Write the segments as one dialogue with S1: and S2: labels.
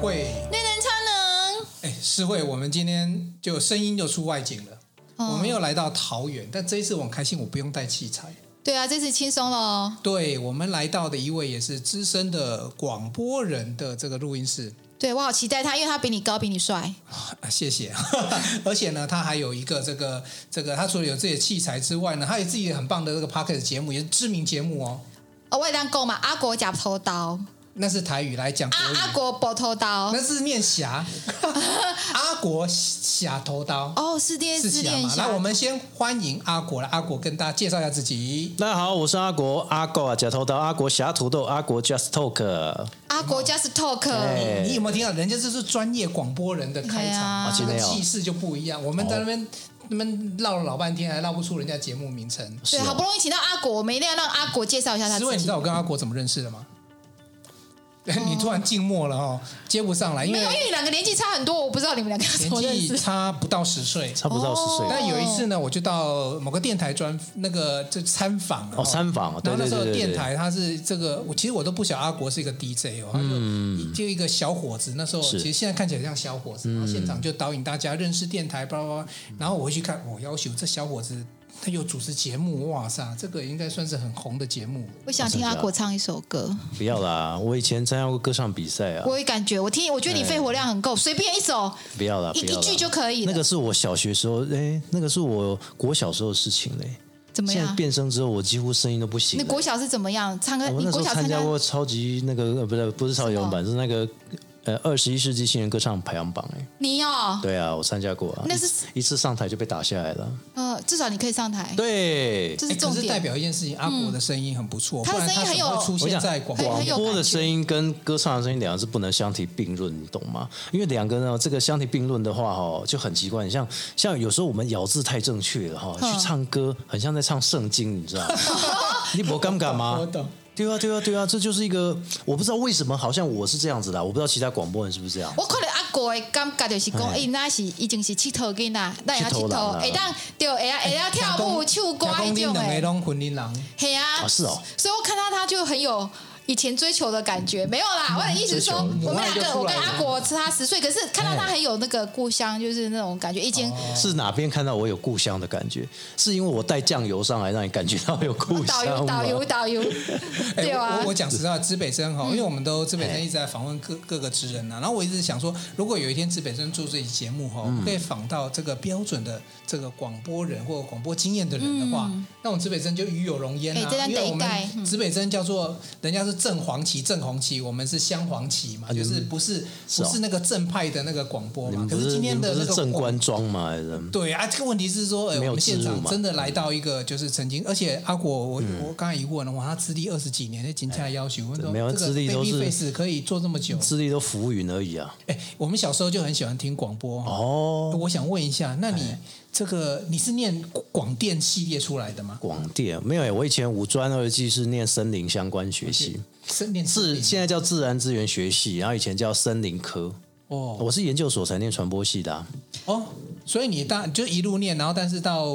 S1: 慧，
S2: 内能超能，
S1: 哎，诗慧，我们今天就声音就出外景了，
S2: 哦
S1: 我们又来到桃园，但这一次我很开心，我不用带器材。
S2: 对啊，这次轻松了哦。
S1: 对我们来到的一位也是资深的广播人的这个录音室，
S2: 对我好期待他，因为他比你高，比你帅。
S1: 啊谢谢。 而且呢，他还有一个这个这个，他除了有自己的器材之外呢，他有自己很棒的这个 p o c k e t 节目，也是知名节目哦。
S2: 哦，我也当够嘛，阿国假头刀，啊
S1: 那是台语来讲国
S2: 阿
S1: 语，
S2: 阿国波头刀
S1: 那。是念侠， 阿国侠头刀。
S2: 哦，是第
S1: 是
S2: 自
S1: 侠
S2: 恋一
S1: 啊嘛？
S2: 下
S1: 那。我们先欢迎阿国了。阿国跟大家介绍一下自己。
S3: 大家好，我是阿国，阿狗啊，假头刀，阿国侠土豆，阿国 Just Talk，
S2: 阿
S1: 哦
S2: 国 just talk，
S3: 哎
S1: 你有没有听到？人家这是专业广播人的开
S2: 对啊
S1: 场，
S2: 啊
S1: 这
S3: 真
S1: 个
S3: 的哦
S1: 气势就不一样。我们在那边那边绕了老半天，还绕不出人家节目名称。
S2: 对，
S3: 啊
S2: 好不容易请到阿国，我们一定要让阿国介绍一下他
S1: 啊思慧，
S2: 啊
S1: 你
S2: 自
S1: 知
S2: 己。哦
S1: 道我跟阿国怎么认识的吗？ 你突然静默了哦，接不上来，因
S2: 没有，因为
S1: 为
S2: 你两个年纪差很多，我不知道你们两个怎么认
S1: 年纪
S2: 识。
S1: 差不到十岁。
S3: 差不到十岁
S2: 哦，
S1: 但有一次呢，我就到某个电台专那个就参访了
S3: 哦参访
S1: 然
S3: 对
S1: 后那时候
S3: 对对对
S1: 电台他是这个，我其实我都不晓得阿国是一个 DJ 哦，他就就一个小伙子，那时候
S3: 是
S1: 其实现在看起来像小伙子，然后现场就导引大家认识电台，叭叭叭，然后我回去看，我要求这小伙子他有主持节目，哇塞，这个应该算是很红的节目。
S2: 我想听阿国唱一首歌，
S3: 不要啦，我以前参加过歌唱比赛啊，
S2: 我也感觉，我听，我觉得你肺活量很够，随便一首，
S3: 不要啦，
S2: 一
S3: 不要啦
S2: 一句就可以了
S3: 那个是我小学时候，哎，那个是我国小时候的事情嘞。
S2: 怎么
S3: 现在
S2: 样？
S3: 变声之后，我几乎声音都不行
S2: 那
S3: 了。
S2: 国小是怎么样？唱歌，
S3: 我
S2: 你
S3: 那时
S2: 国
S3: 候
S2: 小
S3: 参
S2: 参
S3: 加
S2: 加
S3: 过超级那个呃，不是不是超级
S2: 什么
S3: 版本，是那个呃二十一世纪新人歌唱排行榜哎。
S2: 你哦，
S3: 对啊，我参加过啊。
S2: 那是
S3: 一次一次上台就被打下来了。
S2: 呃，至少你可以上台，
S3: 对，
S2: 这
S1: 哎
S2: 是
S1: 可
S2: 重
S1: 是代
S2: 点。
S1: 表一件事情，阿国的声音很不错，
S2: 他
S1: 不
S2: 的
S1: 然
S2: 声音
S1: 他怎
S2: 很有
S1: 么会出
S3: 我
S1: 现
S3: 讲
S1: 在广
S2: 很
S1: 播
S2: 很？有
S3: 播
S2: 感
S3: 的
S2: 觉
S3: 声音跟歌唱的声音两个是不能相提并论，你懂吗？因为两个呢，这个相提并论的话，哈，就很奇怪。你像像有时候我们咬字太正确了，哈，
S2: 嗯
S3: 去唱歌很像在唱圣经，你 知道吗？你不尴尬
S1: 我
S3: 吗？
S1: 懂。
S3: 对啊，对啊，对啊，这就是一个我不知道为什么，好像我是这样子的啊，我不知道其他广播人是不是这样。
S2: 我可能阿国的感觉就是讲，
S3: 哎
S2: 伊那是已经是佚佗囡仔，那也佚
S3: 佚佗人
S2: 佗，
S3: 啊
S2: 会当对会啊会啊跳舞、唱歌
S1: 听
S2: 迄
S1: 讲你两
S2: 种
S1: 个
S2: 的，
S1: 拢混龄人。
S2: 嘿啊，
S3: 啊是哦，
S2: 所以我看到他就很有以前追求的感觉，没有啦，我的意思是说，
S3: 追
S1: 求母
S2: 我们两
S1: 爱就
S2: 个
S1: 出
S2: 我
S1: 来
S2: 跟
S1: 了
S2: 阿国差十岁，可是看到他很有那个故乡，就是那种感觉，已经
S1: 哦
S3: 是哪边看到我有故乡的感觉？是因为我带酱油上来，让你感觉到有故
S2: 导 游
S3: 乡啊吗
S2: 导？游导游，
S1: 哎
S2: 对啊
S1: 我我，我讲实话，资北生哈，因
S3: 嗯
S1: 为我们都资
S3: 哎
S1: 北生一直在访问各各个职人呐、然后我一直想说，如果有一天资北生做这期节目哈，我
S3: 嗯
S1: 们可以访到这个标准的这个广播人或广播经验的人的话，
S3: 嗯
S1: 那我们资北生就与有荣焉
S2: 哎
S1: 啊
S2: 这，样
S1: 因为我
S2: 得改
S1: 们资北生叫做人家是正黄旗，正红旗，我们是镶黄旗嘛，就是不是
S3: 啊是
S1: 不
S3: 哦
S1: 是那个正派的那个广播
S3: 你
S1: 嘛
S3: 们，
S1: 可
S3: 不是
S1: 今
S3: 你
S1: 天
S3: 们
S1: 的
S3: 不
S1: 那
S3: 是
S1: 个
S3: 正
S1: 广
S3: 官庄吗？还是什么
S1: 对啊，这个问题是说，呃，
S3: 没有
S1: 我们现
S3: 置
S1: 场
S3: 入嘛嗯
S1: 真的来到一个，就是曾经，而且阿果，我我刚才一问了，哇，他资历二十几年，那金价要求，我说
S3: 哎没有
S1: 这个
S3: 资历都是
S1: baby face 可以做这么久。
S3: 智力都浮云而已啊。
S1: 哎，我们小时候就很喜欢听广播。
S3: 哦，哎
S1: 我想问一下，那你这个你是念广电系列出来的吗？
S3: 广电没有耶，我以前五专二技是念森林相关学系，
S1: 是念
S3: 是
S1: 是
S3: 现在叫自然资源学系，然后以前叫森林科。
S1: 哦
S3: 我是研究所才念传播系的、啊，
S1: 哦，所以你大就一路念，然后但是到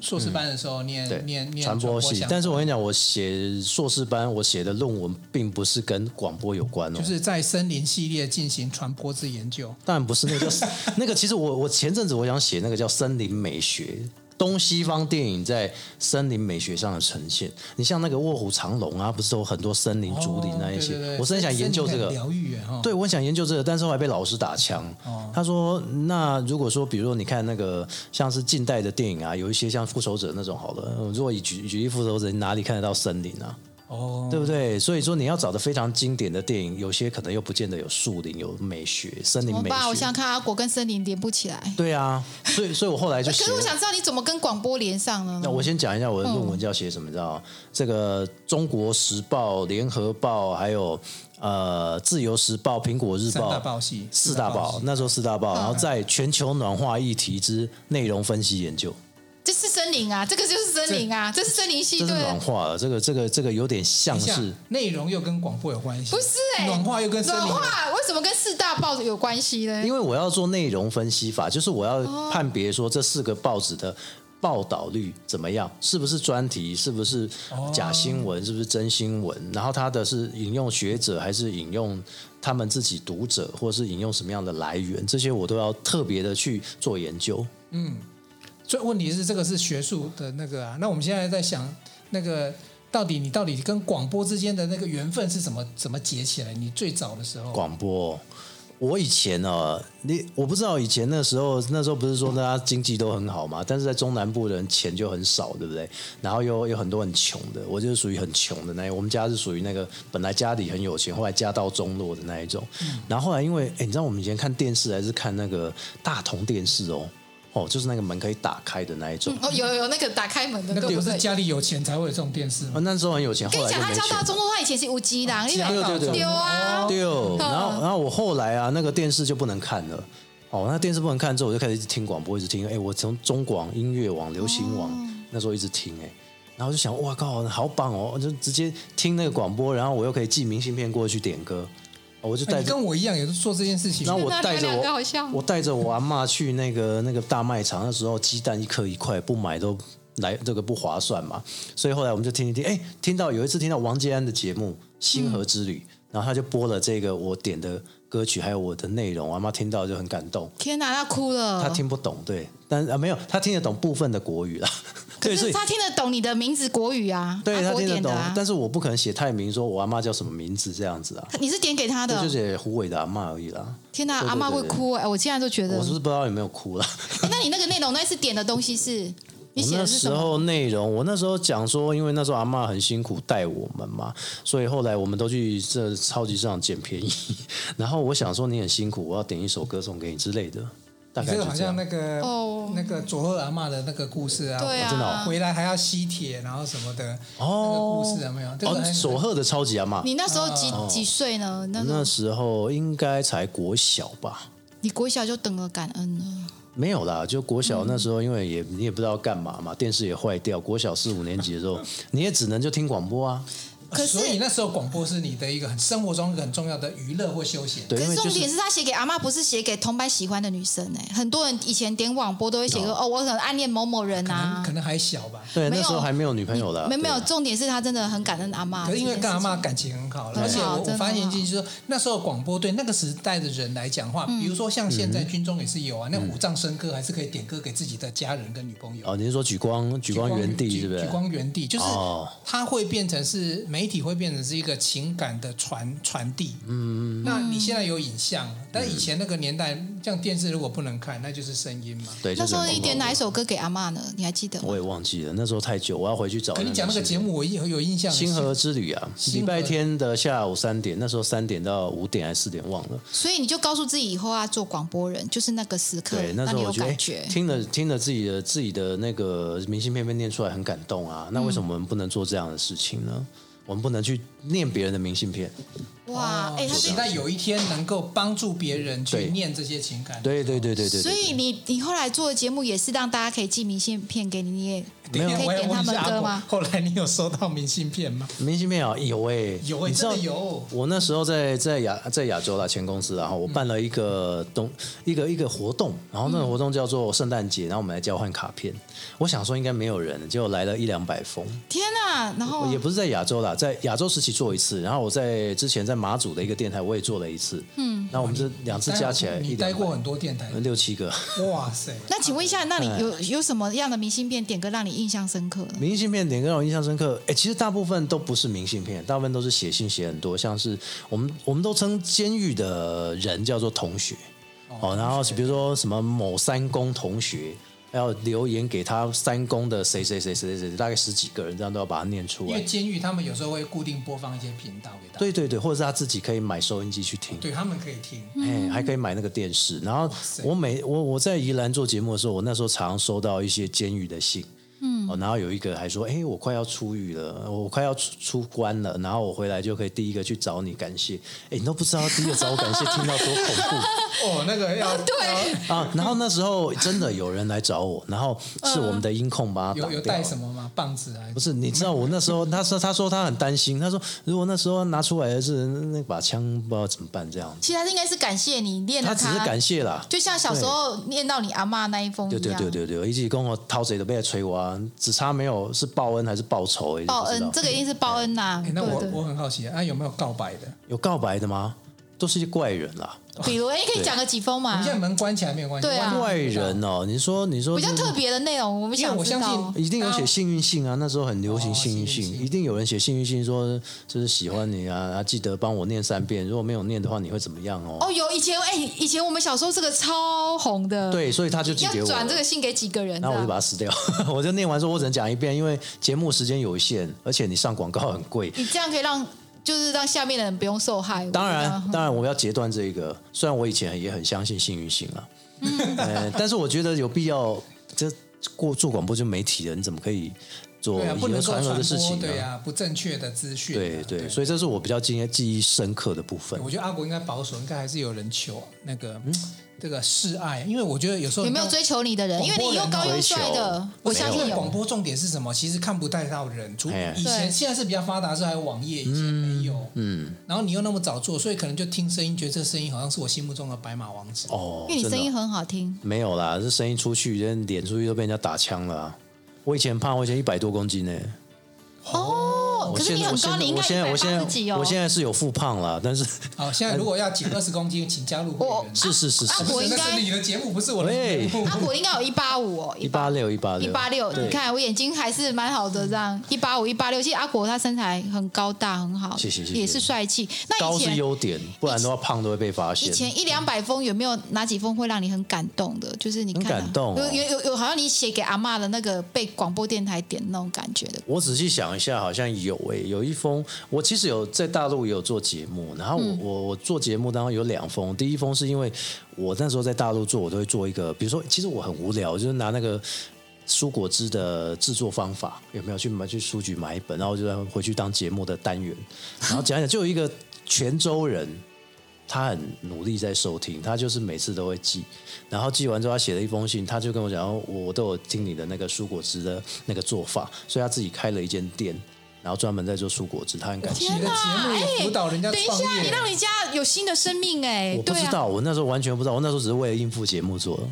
S1: 硕士班的时候念
S3: 嗯对，
S1: 念念
S3: 传播系
S1: 相。
S3: 但是我跟你讲，我写硕士班，我写的论文并不是跟广播有关哦，
S1: 就是在森林系列进行传播之研究。
S3: 当然不是那个叫那个。其实我我前阵子我想写那个叫森林美学。东西方电影在森林美学上的呈现，你像那个《卧虎藏龙》啊，不是都有很多森林、竹林那一些？
S1: 哦对对对
S3: 我是很想研究这
S1: 森
S3: 个
S1: 林很，疗愈耶哈。
S3: 对，我很想研究这个，但是后来被老师打枪。
S2: 哦
S3: 他说：“那如果说，比如说你看那个像是近代的电影啊，有一些像《复仇者》那种好了，呃如果以举举例《复仇者》，你哪里看得到森林啊？
S1: 哦，
S3: 对不对？所以说你要找的非常经典的电影，有些可能又不见得有树林、有美学、森
S2: 怎
S3: 林
S2: 么
S3: 美
S2: 办？我想
S3: 学
S2: 想。看阿国跟森林连不起来，
S3: 对啊，所以所以我后来就
S2: 可
S3: 写
S2: 是我
S3: 了。
S2: 想知嗯道你怎么跟广播连上了
S3: 那
S2: 呢？
S3: 我先讲一下我的论文叫写什么，你知道吗？这个《中国时报》《联合报》还有呃《自由时报》《苹果日
S1: 三
S3: 报
S1: 大》报系，
S3: 四大报，那时候四大
S1: 嗯
S3: 报，然后在全球暖化议题之内容分析研究，
S2: 这是森林啊，这个就是森林啊，这是森林系
S3: 这是
S2: 对。
S3: 暖化了，这个这个这个有点像
S1: 一下
S3: 是
S1: 内容又跟广播有关系，
S2: 不是哎、
S1: 暖化又跟森林
S2: 暖化为什么跟四大报有关系呢？
S1: 哦
S3: 因为我要做内容分析法，就是我要判别说这四个报纸的报道率怎么样？是不是专题？是不是
S1: 哦
S3: 假新闻？是不是真新闻？然后他的是引用学者还是引用他们自己读者，或是引用什么样的来源？这些我都要特别的去做研究。
S1: 所以问题是这个是学术的那个啊，那我们现在在想那个到底你到底跟广播之间的那个缘分是怎么怎么结起来？你最早的时候，
S3: 广播。我以前哦，你我不知道以前那时候，那时候不是说大家经济都很好嘛，但是在中南部的人钱就很少，对不对？然后又有很多很穷的，我就是属于很穷的那一，我们家是属于那个本来家里很有钱，后来家道中落的那一种。然后后来因为，哎，你知道我们以前看电视还是看那个大同电视哦，哦，就是那个门可以打开的那一种。
S2: 哦，有有那个打开门的，
S1: 那个
S2: 对
S1: 不
S2: 不
S1: 是
S2: 对？
S1: 家里有钱才会有这种电视
S3: 哦
S1: 吗？
S3: 那时候很有钱，
S2: 跟
S3: 后
S2: 你
S3: 来就
S2: 讲，他
S3: 没
S2: 教
S3: 钱
S2: 大
S3: 了。
S2: 中路，他以前是无机的，因
S1: 家
S2: 为
S1: 道
S3: 对对对
S2: 丢啊，
S3: 对哦，然后
S2: 嗯
S3: 然后我后来啊，那个电视就不能看了。哦，那电视不能看之后，我就开始一直听广播，一直听。哎，我从中广、音乐网、流行网、
S1: 哦
S3: 那时候一直听，哎，然后就想，哇靠，好棒哦！我就直接听那个广播，然后我又可以寄明信片过去点歌，哦我就
S1: 哎
S3: 带
S1: 你
S3: 着。
S1: 跟我一样也是做这件事情
S3: 然，后我
S2: 那
S3: 带着
S2: 两个好
S3: 我
S2: 像，
S3: 我带着我阿妈去那个那个大卖场，那时候鸡蛋一颗一块，不买都来这个不划算嘛。所以后来我们就听一听，哎，听到有一次听到王杰安的节目《星河之
S2: 嗯
S3: 旅》，然后他就播了这个我点的歌曲，还有我的内容，我阿妈听到就很感动。
S2: 天哪，他哭了。
S3: 她听不懂，对，但啊没有，她听得懂部分的国语啦。
S2: 可
S3: 对，所
S2: 是
S3: 以
S2: 他听得懂你的名字国语啊，
S3: 对
S2: 他
S3: 她
S2: 国
S3: 听得
S2: 点的
S3: 懂
S2: 啊，
S3: 但是我不可能写太明，说我阿妈叫什么名字这样子啊，
S2: 你是点给他的哦
S3: 就。写胡伟的阿妈而已啦。
S2: 天哪，
S3: 对对
S2: 阿妈会
S3: 对对
S2: 哭哎！我现在都觉得
S3: 我，是不是不知道有没有哭了？
S2: 哎那你那个内容那一次点的东西是，你
S3: 我
S2: 写
S3: 那
S2: 的是
S3: 时
S2: 什么？
S3: 候内容，我那时候讲说，因为那时候阿嬷很辛苦带我们嘛，所以后来我们都去这超级市场捡便宜。 然后我想说你很辛苦，我要点一首歌送给你之类的，大
S1: 你这
S3: 概就
S1: 个好
S3: 这
S1: 像
S3: 样。
S1: 那个
S2: 哦
S1: 那个佐贺阿嬷的那个故事啊，
S2: 对
S3: 我真的哦
S2: 啊，
S1: 回来还要吸铁，然后什么的那
S3: 哦
S1: 个故事有没有？这个
S3: 哦，
S1: 很
S3: 佐贺的超级阿嬷，
S2: 你那时候几几岁呢？那时候
S3: 哦那时候应该才国小吧？
S2: 你国小就懂得感恩了，
S3: 没有啦，就国小那时候，因为也你也不知道干嘛嘛，电视也坏掉。国小四五年级的时候， 你也只能就听广播啊。
S2: 可是
S1: 所以那时候广播是你的一个很生活中一个很重要的娱乐或休闲。
S3: 对，
S2: 可
S3: 因为
S2: 是
S3: 就
S2: 重点是他写给阿妈，不是写给同班喜欢的女生哎。很多人以前点广播都会写个哦，我可能暗恋某某人
S1: 可能
S2: 啊
S1: 可，能还小吧。
S3: 对
S2: 没
S3: 那
S2: 有
S3: 时候还没有女朋友啦。
S2: 没没有。
S3: 对啊
S2: 重点是他真的很感恩阿妈。
S1: 可是因为
S2: 这件
S1: 跟
S2: 事
S1: 阿
S2: 情
S1: 妈感情很好了，
S2: 很
S1: 而且
S2: 好
S1: 我
S2: 真的
S1: 我发现
S2: 很好
S1: 就是说，那时候广播对那个时代的人来讲
S2: 嗯
S1: 话，比如说像现在
S3: 嗯
S1: 军中也是有啊，那虎杖笙歌还是可以点歌给自己的家人跟女朋友。
S3: 哦，你是说举光举光原地
S1: 举
S3: 是不是？
S1: 举光原地就是
S3: 哦
S1: 它会变成是媒体会变成是一个情感的传传递。嗯，那你现在有影像，
S3: 嗯
S1: 但以前那个年代，像电视如果不能看，那就是声音嘛。
S3: 对，
S2: 那
S3: 就是
S2: 时候你点哪一
S3: 广
S2: 首歌给阿妈呢？你还记得
S3: 告？
S2: 吗
S3: 我？也忘记了，那时候太久，我要回去找。
S1: 可你讲那个节，目，我有有印象
S3: 《
S1: 的是。
S3: 星河之旅》啊，
S1: 星
S3: 礼
S1: 河
S3: 拜天的下午三点，那时候三点到五点还是四点忘了。
S2: 所以你就告诉自己以后要做广播人，就是那个时刻，
S3: 对，那
S2: 让
S3: 时
S2: 你
S3: 候
S2: 有
S3: 我觉得
S2: 感
S3: 诶
S2: 觉。
S3: 听了听了自己的自己的那个明信片被念出来很感动啊，那为什么我们不能做这样的事情呢？我们不能去念别人的明信片，
S2: 哇，
S3: 哦
S2: 哎、他
S1: 期
S2: 这
S1: 待有一天能够帮助别人去
S3: 对
S1: 念这些情感。
S3: 对对对对对对。
S2: 所以你你后来做的节目也是让大家可以寄明信片给你，你也
S1: 等一
S3: 没
S1: 下，我
S2: 有可以
S1: 要
S2: 点
S1: 问
S2: 他
S1: 一
S2: 们
S1: 下阿
S2: 歌
S1: 婆
S2: 吗
S1: 后来你有收到明信片 吗？
S3: 明信片啊，有哎、
S1: 有欸
S3: 你知道
S1: 真的有
S3: 我那时候在在亚在亚洲啦，前公司啊，然后我办了一个东、一个一个活动，然后那个活动叫做圣诞节，然后我们来交换卡片。我想说应该没有人，结果来了一两百封，
S2: 天哪、然
S1: 哦
S2: 后
S3: 也不是在亚洲啦，在亚洲时期做一次，然后我在之前在马祖的一个电台我也做了一次，嗯，那我们这两次加起来
S1: 哎你
S3: 一
S1: 待
S3: 两嗯
S1: 过
S3: 百
S1: 很多电台，
S3: 六七个。
S1: 哇塞！
S2: 那请问一下，那你
S3: 哎
S2: 有有什么样的明信片点歌让你印象深刻呢？
S3: 明信片点歌让我印象深刻，哎，其实大部分都不是明信片，大部分都是写信写很多，像是我们我们都称监狱的人叫做同学，哦，然后比如说什么某三公同学。要留言给他三公的谁谁谁谁谁谁，大概十几个人，这样都要把它念出
S1: 因为
S3: 来。
S1: 监狱他们有时候会固定播放一些频道给他，
S3: 对对对，或者是他自己可以买收音机去听。
S1: 对，他们可以听。
S3: 哎，还可以买那个电视。然后
S1: 嗯塞
S3: 我每我我在宜兰做节目的时候，我那时候常常收到一些监狱的信，嗯，哦，然后有一个还说，哎，我快要出狱了，我快要出出关了，然后我回来就可以第一个去找你感谢，哎，你都不知道第一个找我感谢听到多恐 怖
S1: 哦，那个要
S2: 对，
S3: 啊！然后那时候真的有人来找我，然后是我们的音控把他
S1: 嗯有
S3: 挡
S1: 有
S3: 掉
S1: 带
S3: 了。
S1: 什么吗？棒子啊还
S3: 不是，你知道我那时候，他说他说他很担心，他说如果那时候拿出来的是那把枪，不知道怎么办这样。
S2: 其实他应该是感谢你练了
S3: 他只是感谢啦，
S2: 就像小时候念到你阿妈那一封一哦
S3: 对
S2: 样，
S3: 对对对对，一起跟我掏贼都被他捶我啊，只差没有是报恩还是报仇而已，
S2: 报恩，
S3: 不知
S2: 这
S3: 道
S2: 个一定是报恩呐、
S1: 哎那我
S2: 对
S1: 我很好奇啊，有没有告白的？
S3: 有告白的吗？都是一些怪人啦，
S2: 对，比如哎，你可以讲个几封
S1: 我
S2: 嘛
S1: 们，现在门关起来没有关系，
S2: 对啊
S3: 怪人哦，你说你说
S2: 比较
S3: 这
S2: 特嗯别的内容，我们
S1: 因为
S2: 想
S1: 我
S2: 知
S1: 相
S2: 道。
S1: 信
S3: 一定有写幸运信啊，那时候很流行
S1: 哦
S3: 幸运
S1: 幸运
S3: 信，
S1: 信
S3: 一定有人写幸运信说就是喜欢你啊，啊记得帮我念三遍，如果没有念的话你会怎么样哦？
S2: 哦，有以前哎、以前我们小时候这个超红的，，
S3: 对，所以他就寄
S2: 要
S3: 给我了
S2: 转这个信给几个人，
S3: 然后我就把
S2: 这样
S3: 它撕掉， 我就念完说，我只能讲一遍，因为节目时间有限，而且你上广告很贵。
S2: 你这样可以让就是让下面的人不用受害。
S3: 当
S2: 我觉
S3: 然，
S2: 得
S3: 当然，我要截断这个。虽然我以前也很相信幸运性啊，
S2: 嗯
S3: 呃但是我觉得有必要，这过做广播就媒体人，你怎么可以做
S1: 对啊，
S3: 哦以
S1: 不
S3: 讹
S1: 能够
S3: 传讹
S1: 传
S3: 的事
S1: 播
S3: 情呢
S1: 对？啊，不正确的资讯啊，
S3: 对对，所
S1: 以
S3: 以这是我比较今天记忆深刻的部分。
S1: 我觉得阿国应该保守，应该还是有人求那个
S3: 嗯
S1: 这个示爱，因为我觉得有时候
S2: 有没有追求你的人？因为你又高又帅的，我
S3: 广播人都追求
S2: 相
S1: 因
S2: 信
S1: 为广
S2: 有。啊
S1: 播重点是什么？其实看不太到人，除
S3: 哎
S1: 以前
S2: 对
S1: 现在是比较发达，是还有网页，以前没有。
S3: 嗯，
S1: 然后你又那么早做，所以可能就听声音，觉得这声音好像是我心目中的白马王子。
S3: 哦，
S2: 因为你
S3: 真的
S2: 声音很好听，
S3: 没有啦，这声音出去，人脸出去都被人家打枪了啊、我以前胖，我以前一百多公斤呢、
S2: 哦，
S3: 我
S2: 可是
S3: 现
S2: 你
S3: 在
S2: 很高，你应
S3: 我
S2: 该
S3: 现
S2: 一
S3: 在
S2: 百
S3: 我现
S2: 八十
S3: 在我现
S2: 几
S3: 在
S2: 哦。
S3: 我现在是有复胖了，但是
S1: 好，现在如果要减二十公斤，请加入
S2: 我
S1: 会员。
S3: 是是是是
S2: 啊，我应该啊
S1: 那是你的节目，不是我的节目。
S2: 阿果应该有一八五哦，
S3: 一八六一八
S2: 一
S3: 六
S2: 八六，你，看我眼睛还是蛮好的，这样一八五一八六。其实阿果他身材很高大，很好，
S3: 谢谢谢谢
S2: 也是帅气。
S3: 对
S2: 那以
S3: 高是
S2: 前
S3: 优点，不然的话胖都会被发现
S2: 以。前一两百封有没有哪几封会让你很感动的？就是你看到
S3: 很感动哦
S2: 有有有有，好像你写给阿嬷的那个被广播电台点那种感觉的。
S3: 我仔细想一下，好像有诶、有一封我其实有在大陆也有做节目，然后我、
S2: 嗯
S3: 我我做节目当中有两封，第一封是因为我那时候在大陆做，我都会做一个，比如说其实我很无聊，就是拿那个蔬果汁的制作方法，有没有去买去书局买一本，然后就回去当节目的单元，然后讲一讲，就有一个泉州人，他很努力在收听，他就是每次都会寄，然后寄完之后，他写了一封信，他就跟我讲，哦我都有听你的那个蔬果汁的那个做法，所以他自己开了一间店，然后专门在做蔬果汁，他很感谢。
S1: 你的节目有辅导人家
S2: 哎等一
S1: 创
S2: 下，你
S1: 业，
S2: 让人家有新的生命哎、
S3: 我不
S2: 对
S3: 知
S2: 啊。
S3: 道，我那时候完全不知道，我那时候只是为了应付节目做的，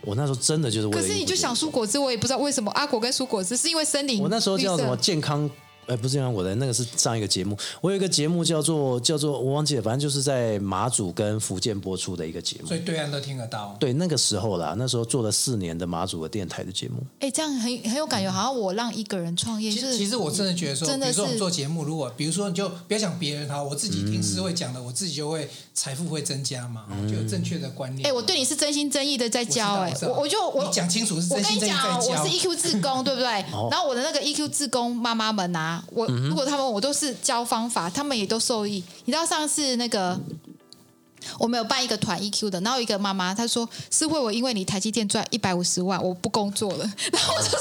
S3: 我那时候真的就是为了
S2: 可
S3: 应付
S2: 是你就想
S3: 节
S2: 蔬
S3: 目
S2: 果汁，我也不知道为什么阿果跟蔬果汁是因为森林绿色。
S3: 我那时候叫什么健康？哎，不是健康果的，那个是上一个节目。我有一个节目叫做叫做我忘记了，反正就是在马祖跟福建播出的一个节目
S1: 所。以对岸都听得到。
S3: 对，那个时候啦，那时候做了四年的马祖的电台的节目。
S2: 哎、这样很很有感觉，好像我让一个人创业，
S1: 其
S2: 就是
S1: 实其实我真的觉得说，比
S2: 真的
S1: 如说我
S2: 是
S1: 们做节目，如果比如说你就不要讲别人哈，我自己听师会讲的，我自己就会财富会增加嘛，就有正确的观
S2: 哎、
S1: 念。
S2: 我对你是真心真意的在教哎、
S1: 我知道
S2: 我我就我
S1: 你讲清楚是
S2: 我
S1: 真
S2: 跟
S1: 心
S2: 你
S1: 真意
S2: 讲
S1: 在
S2: 哦，我
S1: 教
S2: 是。EQ 自 工，对不对？
S3: 哦
S2: 然后我的那个 EQ 自工妈妈们啊，
S1: 嗯
S2: 我、如果他们我都是教方法，他们也都受益。你知道上次那个我们有办一个团 EQ 的，然后有一个妈妈她说：“是会我因为你台积电赚一百五十万，我不工作了。” 然后我就说：“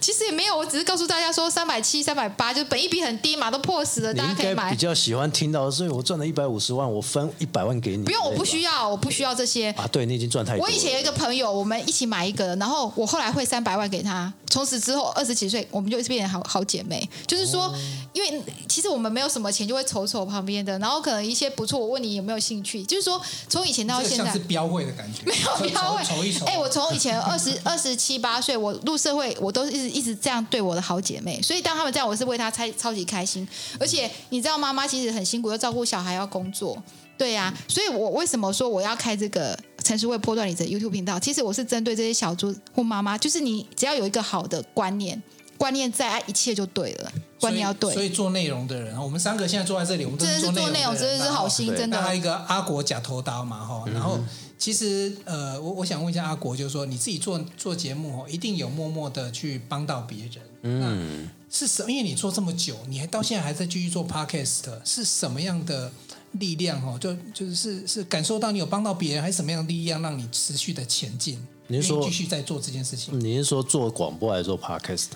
S2: 其实也没有，我只是告诉大家说三百七、三百八，就是本一比很低嘛，都破十了，
S3: 你
S2: 大家
S3: 应
S2: 可以
S3: 该
S2: 买
S3: 比。较喜欢听到，所以我赚了一百五十万，我分一百万给你。
S2: 不用，我不需
S3: 要
S2: 要，我不需要这些。
S3: 啊。对你已经赚太多
S2: 我
S3: 了。
S2: 以前有一个朋友，我们一起买一个，然后我后来汇三百万给他。从此之后，二十几岁我们就变成好好姐妹。就是说，
S1: 哦
S2: 因为其实我们没有什么钱，就会瞅瞅旁边的，然后可能一些不错，我问你有没有兴趣。就是说，从以前到
S1: 这个
S2: 现
S1: 像
S2: 在
S1: 是，标会的感觉，
S2: 没
S1: 筹
S2: 有标会
S1: 筹筹一筹。
S2: 哎、我从以前二十 二十七八岁，我入社会，我都一直一直这样对我的好姐妹，所以当他们这样，我是为她超超级开心。而且你知道，妈妈其实很辛苦，要照顾小孩，要工作，对呀、所以我为什么说我要开这个陈淑慧波段你的 YouTube 频道？其实我是针对这些小猪或妈妈，就是你只要有一个好的观念，观念在，啊一切就对了，观念要对。
S1: 所以所以做内容的人，我们三个现在坐在这里，我们都
S2: 真的
S1: 是
S2: 是做内
S1: 内
S2: 容，
S1: 容的
S2: 真
S1: 人
S2: 的
S1: 嘛，
S2: 是好
S1: 哈
S2: 心，
S3: 对
S2: 真
S1: 那还有
S2: 的。
S1: 一个阿国假头刀嘛
S3: 嗯
S1: 哈，然后其实呃，我我想问一下阿国，就是说你自己做做节目哦，一定有默默的去帮到别人，嗯，是什么？因为你做这么久，你还到现在还在继续做 podcast，是什么样的力量哦？就就是是感受到你有帮到别人，还是什么样的力量让你持续的前进？
S3: 你
S1: 愿
S3: 是
S1: 意
S3: 说嗯
S1: 继续在做这件事情，
S3: 你是说做广播还是做 podcast？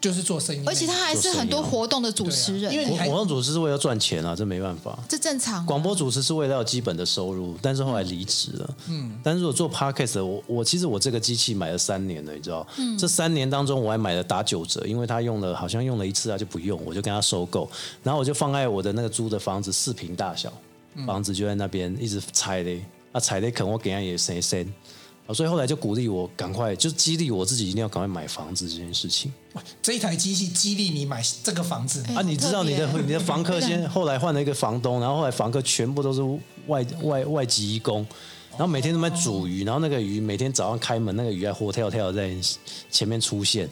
S1: 就是做生意类的。
S2: 而且他还是很多活动的主持
S1: 对
S2: 人、
S1: 啊因为
S3: 我
S1: 你还
S3: 广告主持是为了赚钱啊，这没办法。
S2: 这正常啊、
S3: 广播主持是为了有基本的收入，但是后来离职了。嗯，但是我做 podcast，的我我其实我这个机器买了三年了，你知道？嗯，这三年当中我还买了打九折，因为他用了好像用了一次他就不用，我就跟他收购，然后我就放在我的那个租的房子四平大小，房子就在那边一直踩雷，啊踩雷肯我给人家也谁先。啊所以后来就鼓励我赶快，就激励我自己一定要赶快买房子这件事情。
S1: 这一台机器激励你买这个房子，
S2: 哎
S3: 啊，
S2: 很
S3: 你知道
S2: 特
S3: 你
S2: 别
S3: 的你的房 客先后来换了一个房东，然后后来房客全部都是外外外籍移工，然后每天都在煮鱼，然后那个鱼每天早上开门，那个鱼还活跳跳地在前面出现，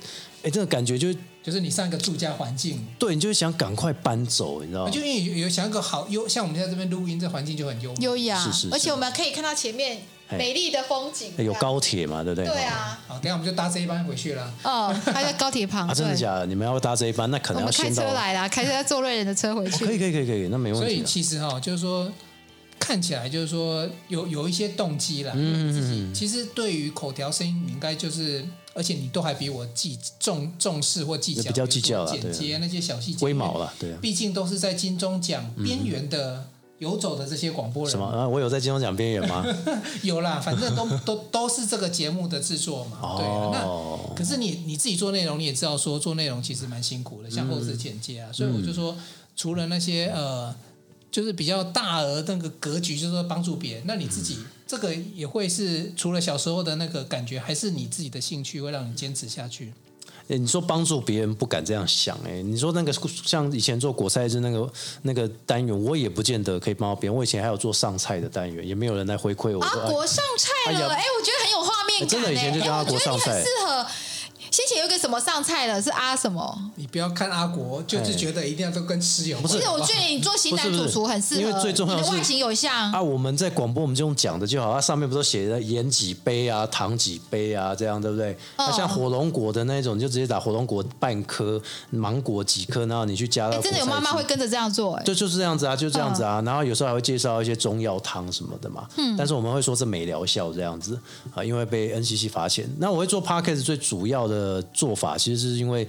S3: 哎，这个感觉就
S1: 就是你上一个住家环境，
S3: 对你就想赶快搬走，你知道吗
S1: 就？因为有有想一个好优，像我们在这边录音，这环境就很优。
S2: 优雅，
S3: 是是是
S2: 而且我们可以看到前面
S3: 哎
S2: 美丽的风景，
S3: 有高铁嘛，对不对？
S2: 对。啊，
S1: 好，等一下我们就搭这一班回去了。
S2: 哦，他在高铁旁，
S3: 啊，真的
S2: 对
S3: 假的？你们要搭这一班，那
S2: 我
S3: 可能要
S2: 们开
S3: 先
S2: 车
S3: 到。啊哦
S2: 来啦，开车坐瑞人的车回
S3: 可以
S2: 去。
S3: 可以可以可以，那没问
S1: 所
S3: 题
S1: 以
S3: 啊。
S1: 其实哈、就是说看起来就是说有有一些动机啦。
S3: 嗯
S1: 自
S3: 嗯
S1: 己其实对于口条声音，你应该就是，而且你都还比我计重重视或计较，
S3: 比较计较啦
S1: 比如说剪
S3: 对
S1: 接那些小细节，
S3: 龟毛了，对啊。
S1: 毕竟都是在金钟奖边缘的游走的这些广播人
S3: 什么？，啊，我有在金钟奖边缘吗？
S1: 有啦，反正都 都都是这个节目的制作嘛，对啊、那
S3: 哦，
S1: 可是你你自己做内容，你也知道说做内容其实蛮辛苦
S3: 嗯
S1: 的，像后置剪接啊，所以我就说，除了那些呃，就是比较大额那个格局，就是说帮助别人，那你自己、
S3: 嗯
S1: 这个也会是除了小时候的那个感觉，还是你自己的兴趣会让你坚持下去。
S3: 欸、你说帮助别人不敢这样想、欸，你说那个像以前做果菜汁那个那个单元，我也不见得可以帮到别人。我以前还有做上菜的单元，也没有人来回馈我
S2: 阿
S3: 说。哎
S2: 国上菜了，
S3: 哎呀
S2: 哎，我觉得很有画面
S3: 哎
S2: 感，
S3: 真的以前就
S2: 哎
S3: 叫阿
S2: 我觉
S3: 国
S2: 得你
S3: 上
S2: 很
S3: 菜
S2: 适合。先前有一个什么上菜了，是阿什么？
S1: 你不要看阿国，就是觉得一定要都跟吃有关，
S3: 哎不
S2: 其
S3: 是
S2: 实我觉得你做型男
S3: 不是
S2: 主
S3: 不是
S2: 厨很适合，
S3: 因为最重要
S2: 你
S3: 的
S2: 的
S3: 是
S2: 外形有像。
S3: 啊，我们在广播我们就用讲的就好，它、啊上面不都写着盐几杯啊、糖几杯啊，这样对不对？那、
S2: 嗯
S3: 像火龙果的那一种，你就直接打火龙果半颗、芒果几颗，然后你去加到
S2: 哎，
S3: 果呃菜
S2: 真
S3: 汁。
S2: 的有妈妈会跟着这样做，哎，
S3: 就就是这样子啊，就这样子啊。然后有时候还会介绍一些中药汤什么的嘛。嗯。但是我们会说这没疗效这样子啊，因为被 NCC 罚钱。那我会做 podcast 最主要的做法，其实是因为。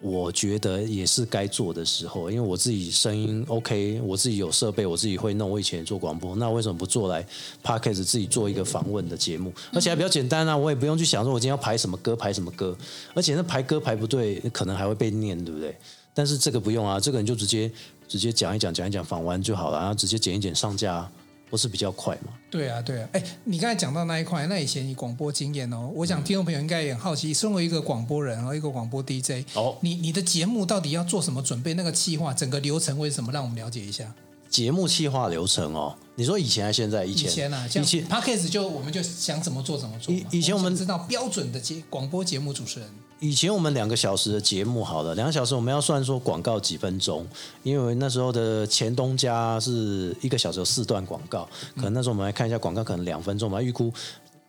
S3: 我觉得也是该做的时候，因为我自己声音 OK，我自己有设备，我自己会弄。我以前也做广播，那为什么不做来 podcast 自己做一个访问的节目？而且还比较简单啊，我也不用去想说我今天要排什么歌，排什么歌。而且那排歌排不对，可能还会被念，对不对？但是这个不用啊，这个你就直接直接讲一讲，讲一讲，访完就好了，然后直接剪一剪上架，啊不是比较快嘛？
S1: 对啊，对啊，哎，你刚才讲到那一块，那以前你广播经验哦，我想
S3: 嗯
S1: 听众朋友应该也很好奇，身为一个广播人和一个广播 DJ，
S3: 哦
S1: 你你的节目到底要做什么准备？那个计划，整个流程为什么？让我们了解一下。
S3: 节目企划流程哦，你说以前还是现在？以
S1: 以
S3: 前
S1: 前啊，像
S3: 以前
S1: p a c k a g e 就我们就想怎么做怎么做嘛。
S3: 以以前我们
S1: 想知道标准的节广播节目主持人，
S3: 以前我们两个小时的节目好了，两个小时我们要算说广告几分钟，因为那时候的前东家是一个小时有四段广告，可能那时候我们来看一下广告，可能两分钟吧，预估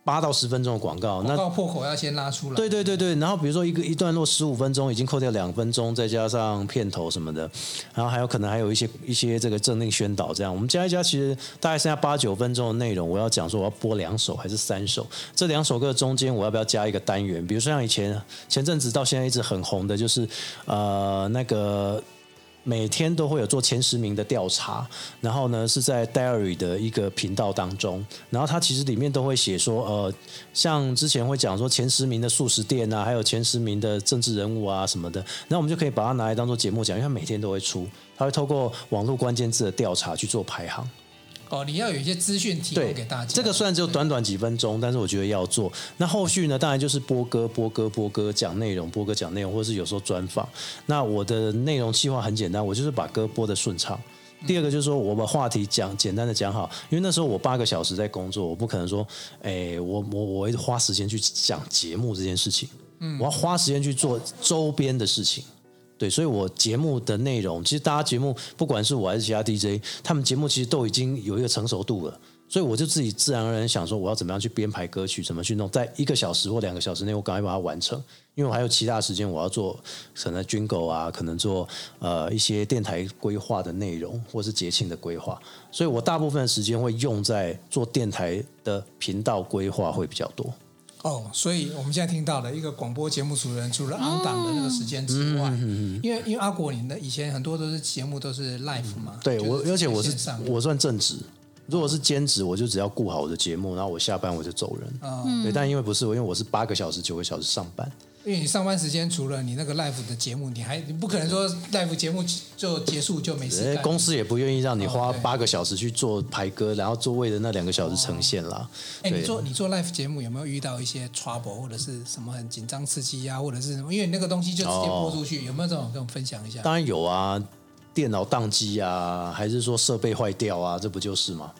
S3: 八到十分钟的广告，那
S1: 广告破口要先拉出来。
S3: 呃对对对对，然后比如说一个一段落十五分钟，已经扣掉两分钟，再加上片头什么的，然后还有可能还有一些一些这个政令宣导这样，我们加一加，其实大概剩下八九分钟的内容，我要讲说我要播两首还是三首，这两首歌中间我要不要加一个单元？比如说像以前前阵子到现在一直很红的就是呃那个每天都会有做前十名的调查，然后呢是在 Diary 的一个频道当中，然后它其实里面都会写说，呃，像之前会讲说前十名的素食店啊，还有前十名的政治人物啊什么的，那我们就可以把它拿来当做节目讲，因为它每天都会出，它会透过网络关键字的调查去做排行。
S1: 哦，你要有一些资讯提供
S3: 对，
S1: 给大家。
S3: 这个虽然只有短短几分钟，但是我觉得要做。那后续呢，当然就是播歌、播歌、播歌，讲内容、播歌讲内容，或是有时候专访。那我的内容计划很简单，我就是把歌播的顺畅。
S1: 嗯
S3: 第二个就是说，我把话题讲简单的讲好，因为那时候我八个小时在工作，我不可能说，哎，我我我会花时间去讲节目这件事情，
S1: 嗯
S3: 我要花时间去做周边的事情。对，所以我节目的内容，其实大家节目不管是我还是其他 DJ，他们节目其实都已经有一个成熟度了，所以我就自己自然而然想说，我要怎么样去编排歌曲，怎么去弄，在一个小时或两个小时内，我赶快把它完成，因为我还有其他时间我要做，可能军狗啊，可能做呃一些电台规划的内容，或是节庆的规划，所以我大部分的时间会用在做电台的频道规划会比较多。
S1: 哦，所以我们现在听到的一个广播节目主持人，除
S2: 哦
S1: 了昂档的那个时间之
S3: 嗯
S1: 外，因为因为阿果，你的以前很多都是节目都是 live 嘛，
S3: 对
S1: 就是
S3: 我，而且我
S1: 线
S3: 是
S1: 上
S3: 我算正职，如果是兼职，我就只要顾好我的节目，然后我下班我就走人。
S1: 嗯
S3: 对，但因为不是我，因为我是八个小时、九个小时上班，
S1: 因为你上班时间除了你那个 live 的节目，你还你不可能说 live 节目就结束就没事
S3: 呃
S1: 干。
S3: 公司也不愿意让你花
S1: 哦对
S3: 八个小时去做排歌，然后座位的那两个小时呈现啦。
S1: 哎，你
S3: 对，
S1: 做你做 live 节目有没有遇到一些 trouble 或者是什么很紧张刺激呀、或者是什么？因为你那个东西就直接播出去，有没有这种跟我们分享一下？
S3: 当然有啊，电脑宕机啊，还是说设备坏掉啊，这不就是吗？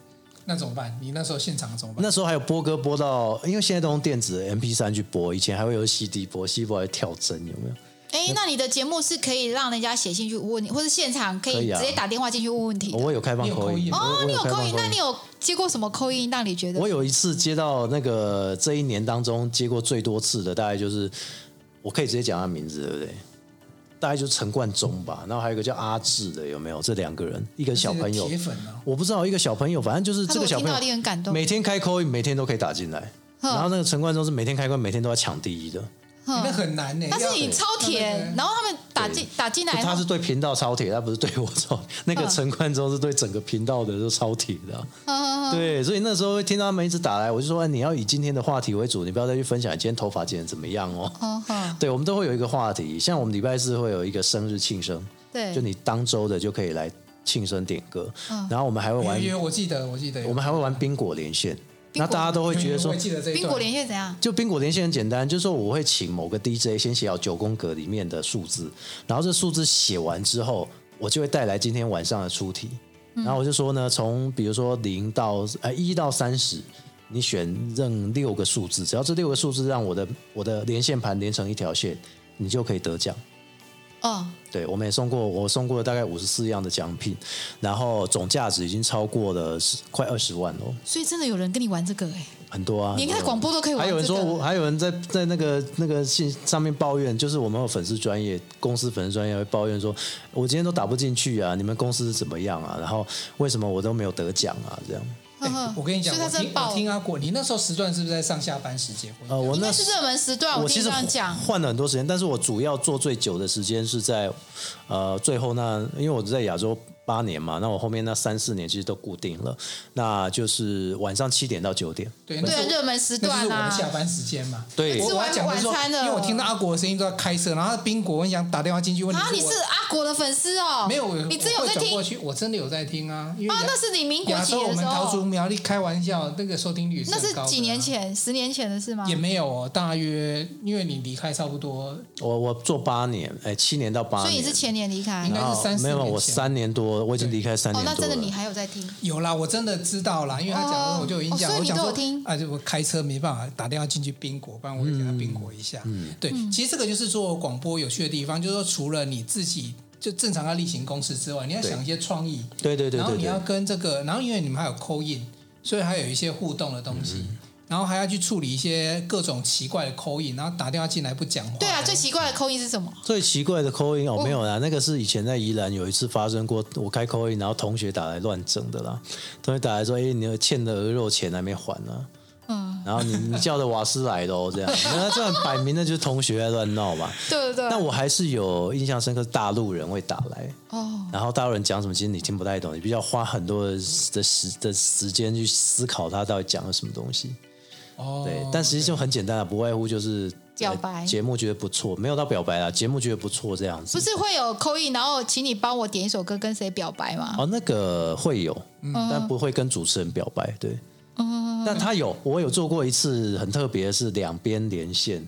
S1: 那怎么办？你那时候现场怎么办？
S3: 那时候还有播歌播到，因为现在都用电子 MP 三去播，以前还会有 CD 播，CD 播还跳针，有没有？
S2: 哎，那你的节目是可以让人家写信去问你，或者现场可
S3: 可
S2: 以
S3: 以啊
S2: 直接打电话进去问问题的。
S3: 我有开放
S1: 你有
S3: 口
S1: call in
S3: 音
S1: 吗
S2: 哦，你有
S3: 开
S2: 扣
S3: 放
S2: 音，那你有接过什么扣音让你觉得
S3: 我有一次接到那个这一年当中接过最多次的，大概就是我可以直接讲他名字，对不对？大概就是陈冠中吧，然后还有一个叫阿志的，有没有？这两个人，一个小朋
S1: 是
S3: 友
S1: 铁，粉哦，
S3: 我不知道一个小朋友，反正就是
S2: 他
S3: 这
S2: 说
S3: 个
S2: 我
S3: 小
S2: 听
S3: 朋
S2: 到一定
S3: 友
S2: 很感动。
S3: 每天开扣，每天都可以打进来。
S2: 哼
S3: 然后那个陈冠中是每天开关，每天都要抢第一的，
S2: 嗯
S1: 那很难呢、
S2: 但是你
S1: 要
S2: 超甜，然后他们打进打进来，
S3: 就他
S2: 然后
S3: 是对频道超铁，他不是对我超。那个
S2: 嗯
S3: 陈冠中是对整个频道的都超铁的啊、
S2: 呵呵呵
S3: 对，所以那时候会听到他们一直打来，我就说、哎你要以今天的话题为主，你不要再去分享你今天头发剪得怎么样哦。
S2: 呵
S1: 嗯
S2: 呵
S3: 对，我们都会有一个话题，像我们礼拜四会有一个生日庆生，就
S2: 对，
S3: 你当周的就可以来庆生点歌，然后我们还会
S1: 有
S3: 玩，
S1: 有有我记得我记得有
S3: 我们还会玩冰果连线，那大家都会觉得
S1: 有有
S3: 说
S1: 我。记得这一
S2: 冰
S1: 段
S2: 果连线怎样？
S3: 就冰果连线很简单，就是说我会请某个 DJ 先写好九宫格里面的数字，然后这数字写完之后，我就会带来今天晚上的出题。然后我就说呢，从比如说零到呃一到三十，你选任六个数字，只要这六个数字让我的我的连线盘连成一条线，你就可以得奖。
S2: 哦，
S3: 对，我们也送过，我送过了大概五十四样的奖品，然后总价值已经超过了10快二十万哦，
S2: 所以真的有人跟你玩这个哎，
S3: 很多啊。
S2: 连
S3: 很
S2: 看
S3: 多啊
S2: 广播都可以玩这
S3: 还有
S2: 个。
S3: 人说我，还有人在在那个那个信上面抱怨，就是我们有粉丝专业公司粉丝专业会抱怨说，我今天都打不进去啊，你们公司是怎么样啊？然后为什么我都没有得奖啊？这样，
S1: 哎我跟你讲，
S2: 嗯所以
S1: 我
S2: 他真
S1: 听
S2: 的爆
S1: 我听阿果，你那时候时段是不是在上下班时间？
S3: 呃，我
S2: 应
S3: 那
S2: 该是热门时段，
S3: 我
S2: 啊听
S3: 其
S2: 你
S3: 实
S2: 这样讲。
S3: 换了很多时间，但是我主要做最久的时间是在呃最后那，因为我在亚洲八年嘛，那我后面那三四年其实都固定了，那就是晚上七点到九点，
S1: 对，那
S2: 对
S1: 是
S2: 啊，
S1: 我
S2: 热门时
S1: 那就是
S2: 段
S1: 我们下
S2: 啊，
S1: 班时间嘛。
S3: 对
S1: 我
S2: 吃
S1: 我
S2: 完
S1: 要讲的是说
S2: 晚餐，
S1: 因
S2: 了
S1: 为我听到阿国的声音都在开车，然后他冰果，我很想打电话进去问
S2: 啊，你
S1: 我
S2: 是阿国的粉丝哦？
S1: 没有？我
S2: 你真有
S1: 我会
S2: 在
S1: 转
S2: 听
S1: 过
S2: 啊？
S1: 去，我真的有在听啊。因为亚
S2: 那是你民国
S1: 亚
S2: 几
S1: 洲我
S2: 年的
S1: 们
S2: 时
S1: 桃竹
S2: 候？
S1: 苗栗开玩笑，那个收听率
S2: 那
S1: 很高
S2: 是
S1: 的啊
S2: 几年。前，十年前的事吗？
S1: 也没有哦，大约因为你离开差不多，
S3: 我我做八年，哎、七年到八年，
S2: 所以你是前年离开
S1: 应该
S3: 然后
S1: 是三四
S3: 没有，
S1: 年
S3: 我
S1: 前
S3: 三年多，我已经离开三
S2: 哦
S3: 年，多
S2: 那
S3: 了。
S2: 真的你还有在听？
S1: 有啦，我真的知道啦，因为他讲
S2: 哦
S1: 的我就有印象，
S2: 哦所以
S1: 我
S2: 你
S1: 想
S2: 都有
S1: 说
S2: 听
S1: 啊，就我开车没办法打电话进去冰果，不然我会给他冰果一下。
S3: 嗯
S1: 对，
S2: 嗯
S1: 其实这个就是做广播有趣的地方，就是说除了你自己就正常要例行公事之外，你要
S3: 对
S1: 想一些创意，
S3: 对对对
S1: 然后
S3: 对
S1: 你要
S3: 对，
S1: 跟这个，然后因为你们还有扣印，所以还有一些互动的东西，
S3: 嗯
S1: 然后还要去处理一些各种奇怪的扣印，然后打电话进来不讲话。
S2: 对啊，最奇怪的扣音是什么？
S3: 最奇怪的扣音哦，没有啦，那个是以前在宜兰有一次发生过，我开扣音，然后同学打来乱整的啦，同学打来说，哎、你欠的鹅肉钱还没还呢、
S2: 嗯，
S3: 然 后你你叫的瓦斯来的哦，这样，那这样摆明的就是同学在乱闹嘛。
S2: 对对
S3: 但
S2: 对。
S3: 我还是有印象深刻，大陆人会打来，
S2: 哦，
S3: 然后大陆人讲什么，其实你听不太懂，你必须要花很多的时的时间去思考他到底讲了什么东西。
S1: 哦，
S3: 对，但实际就很简单啊，不外乎就是
S2: 表
S3: 呃
S2: 白
S3: 节目觉得不错，没有到表白啦，节目觉得不错这样子。
S2: 不是会有扣印，然后请你帮我点一首歌，跟谁表白吗？
S3: 哦，那个会有，
S2: 嗯
S3: 但不会跟主持人表白。对，
S2: 哦
S3: 但他有，我有做过一次很特别，的是两边连线，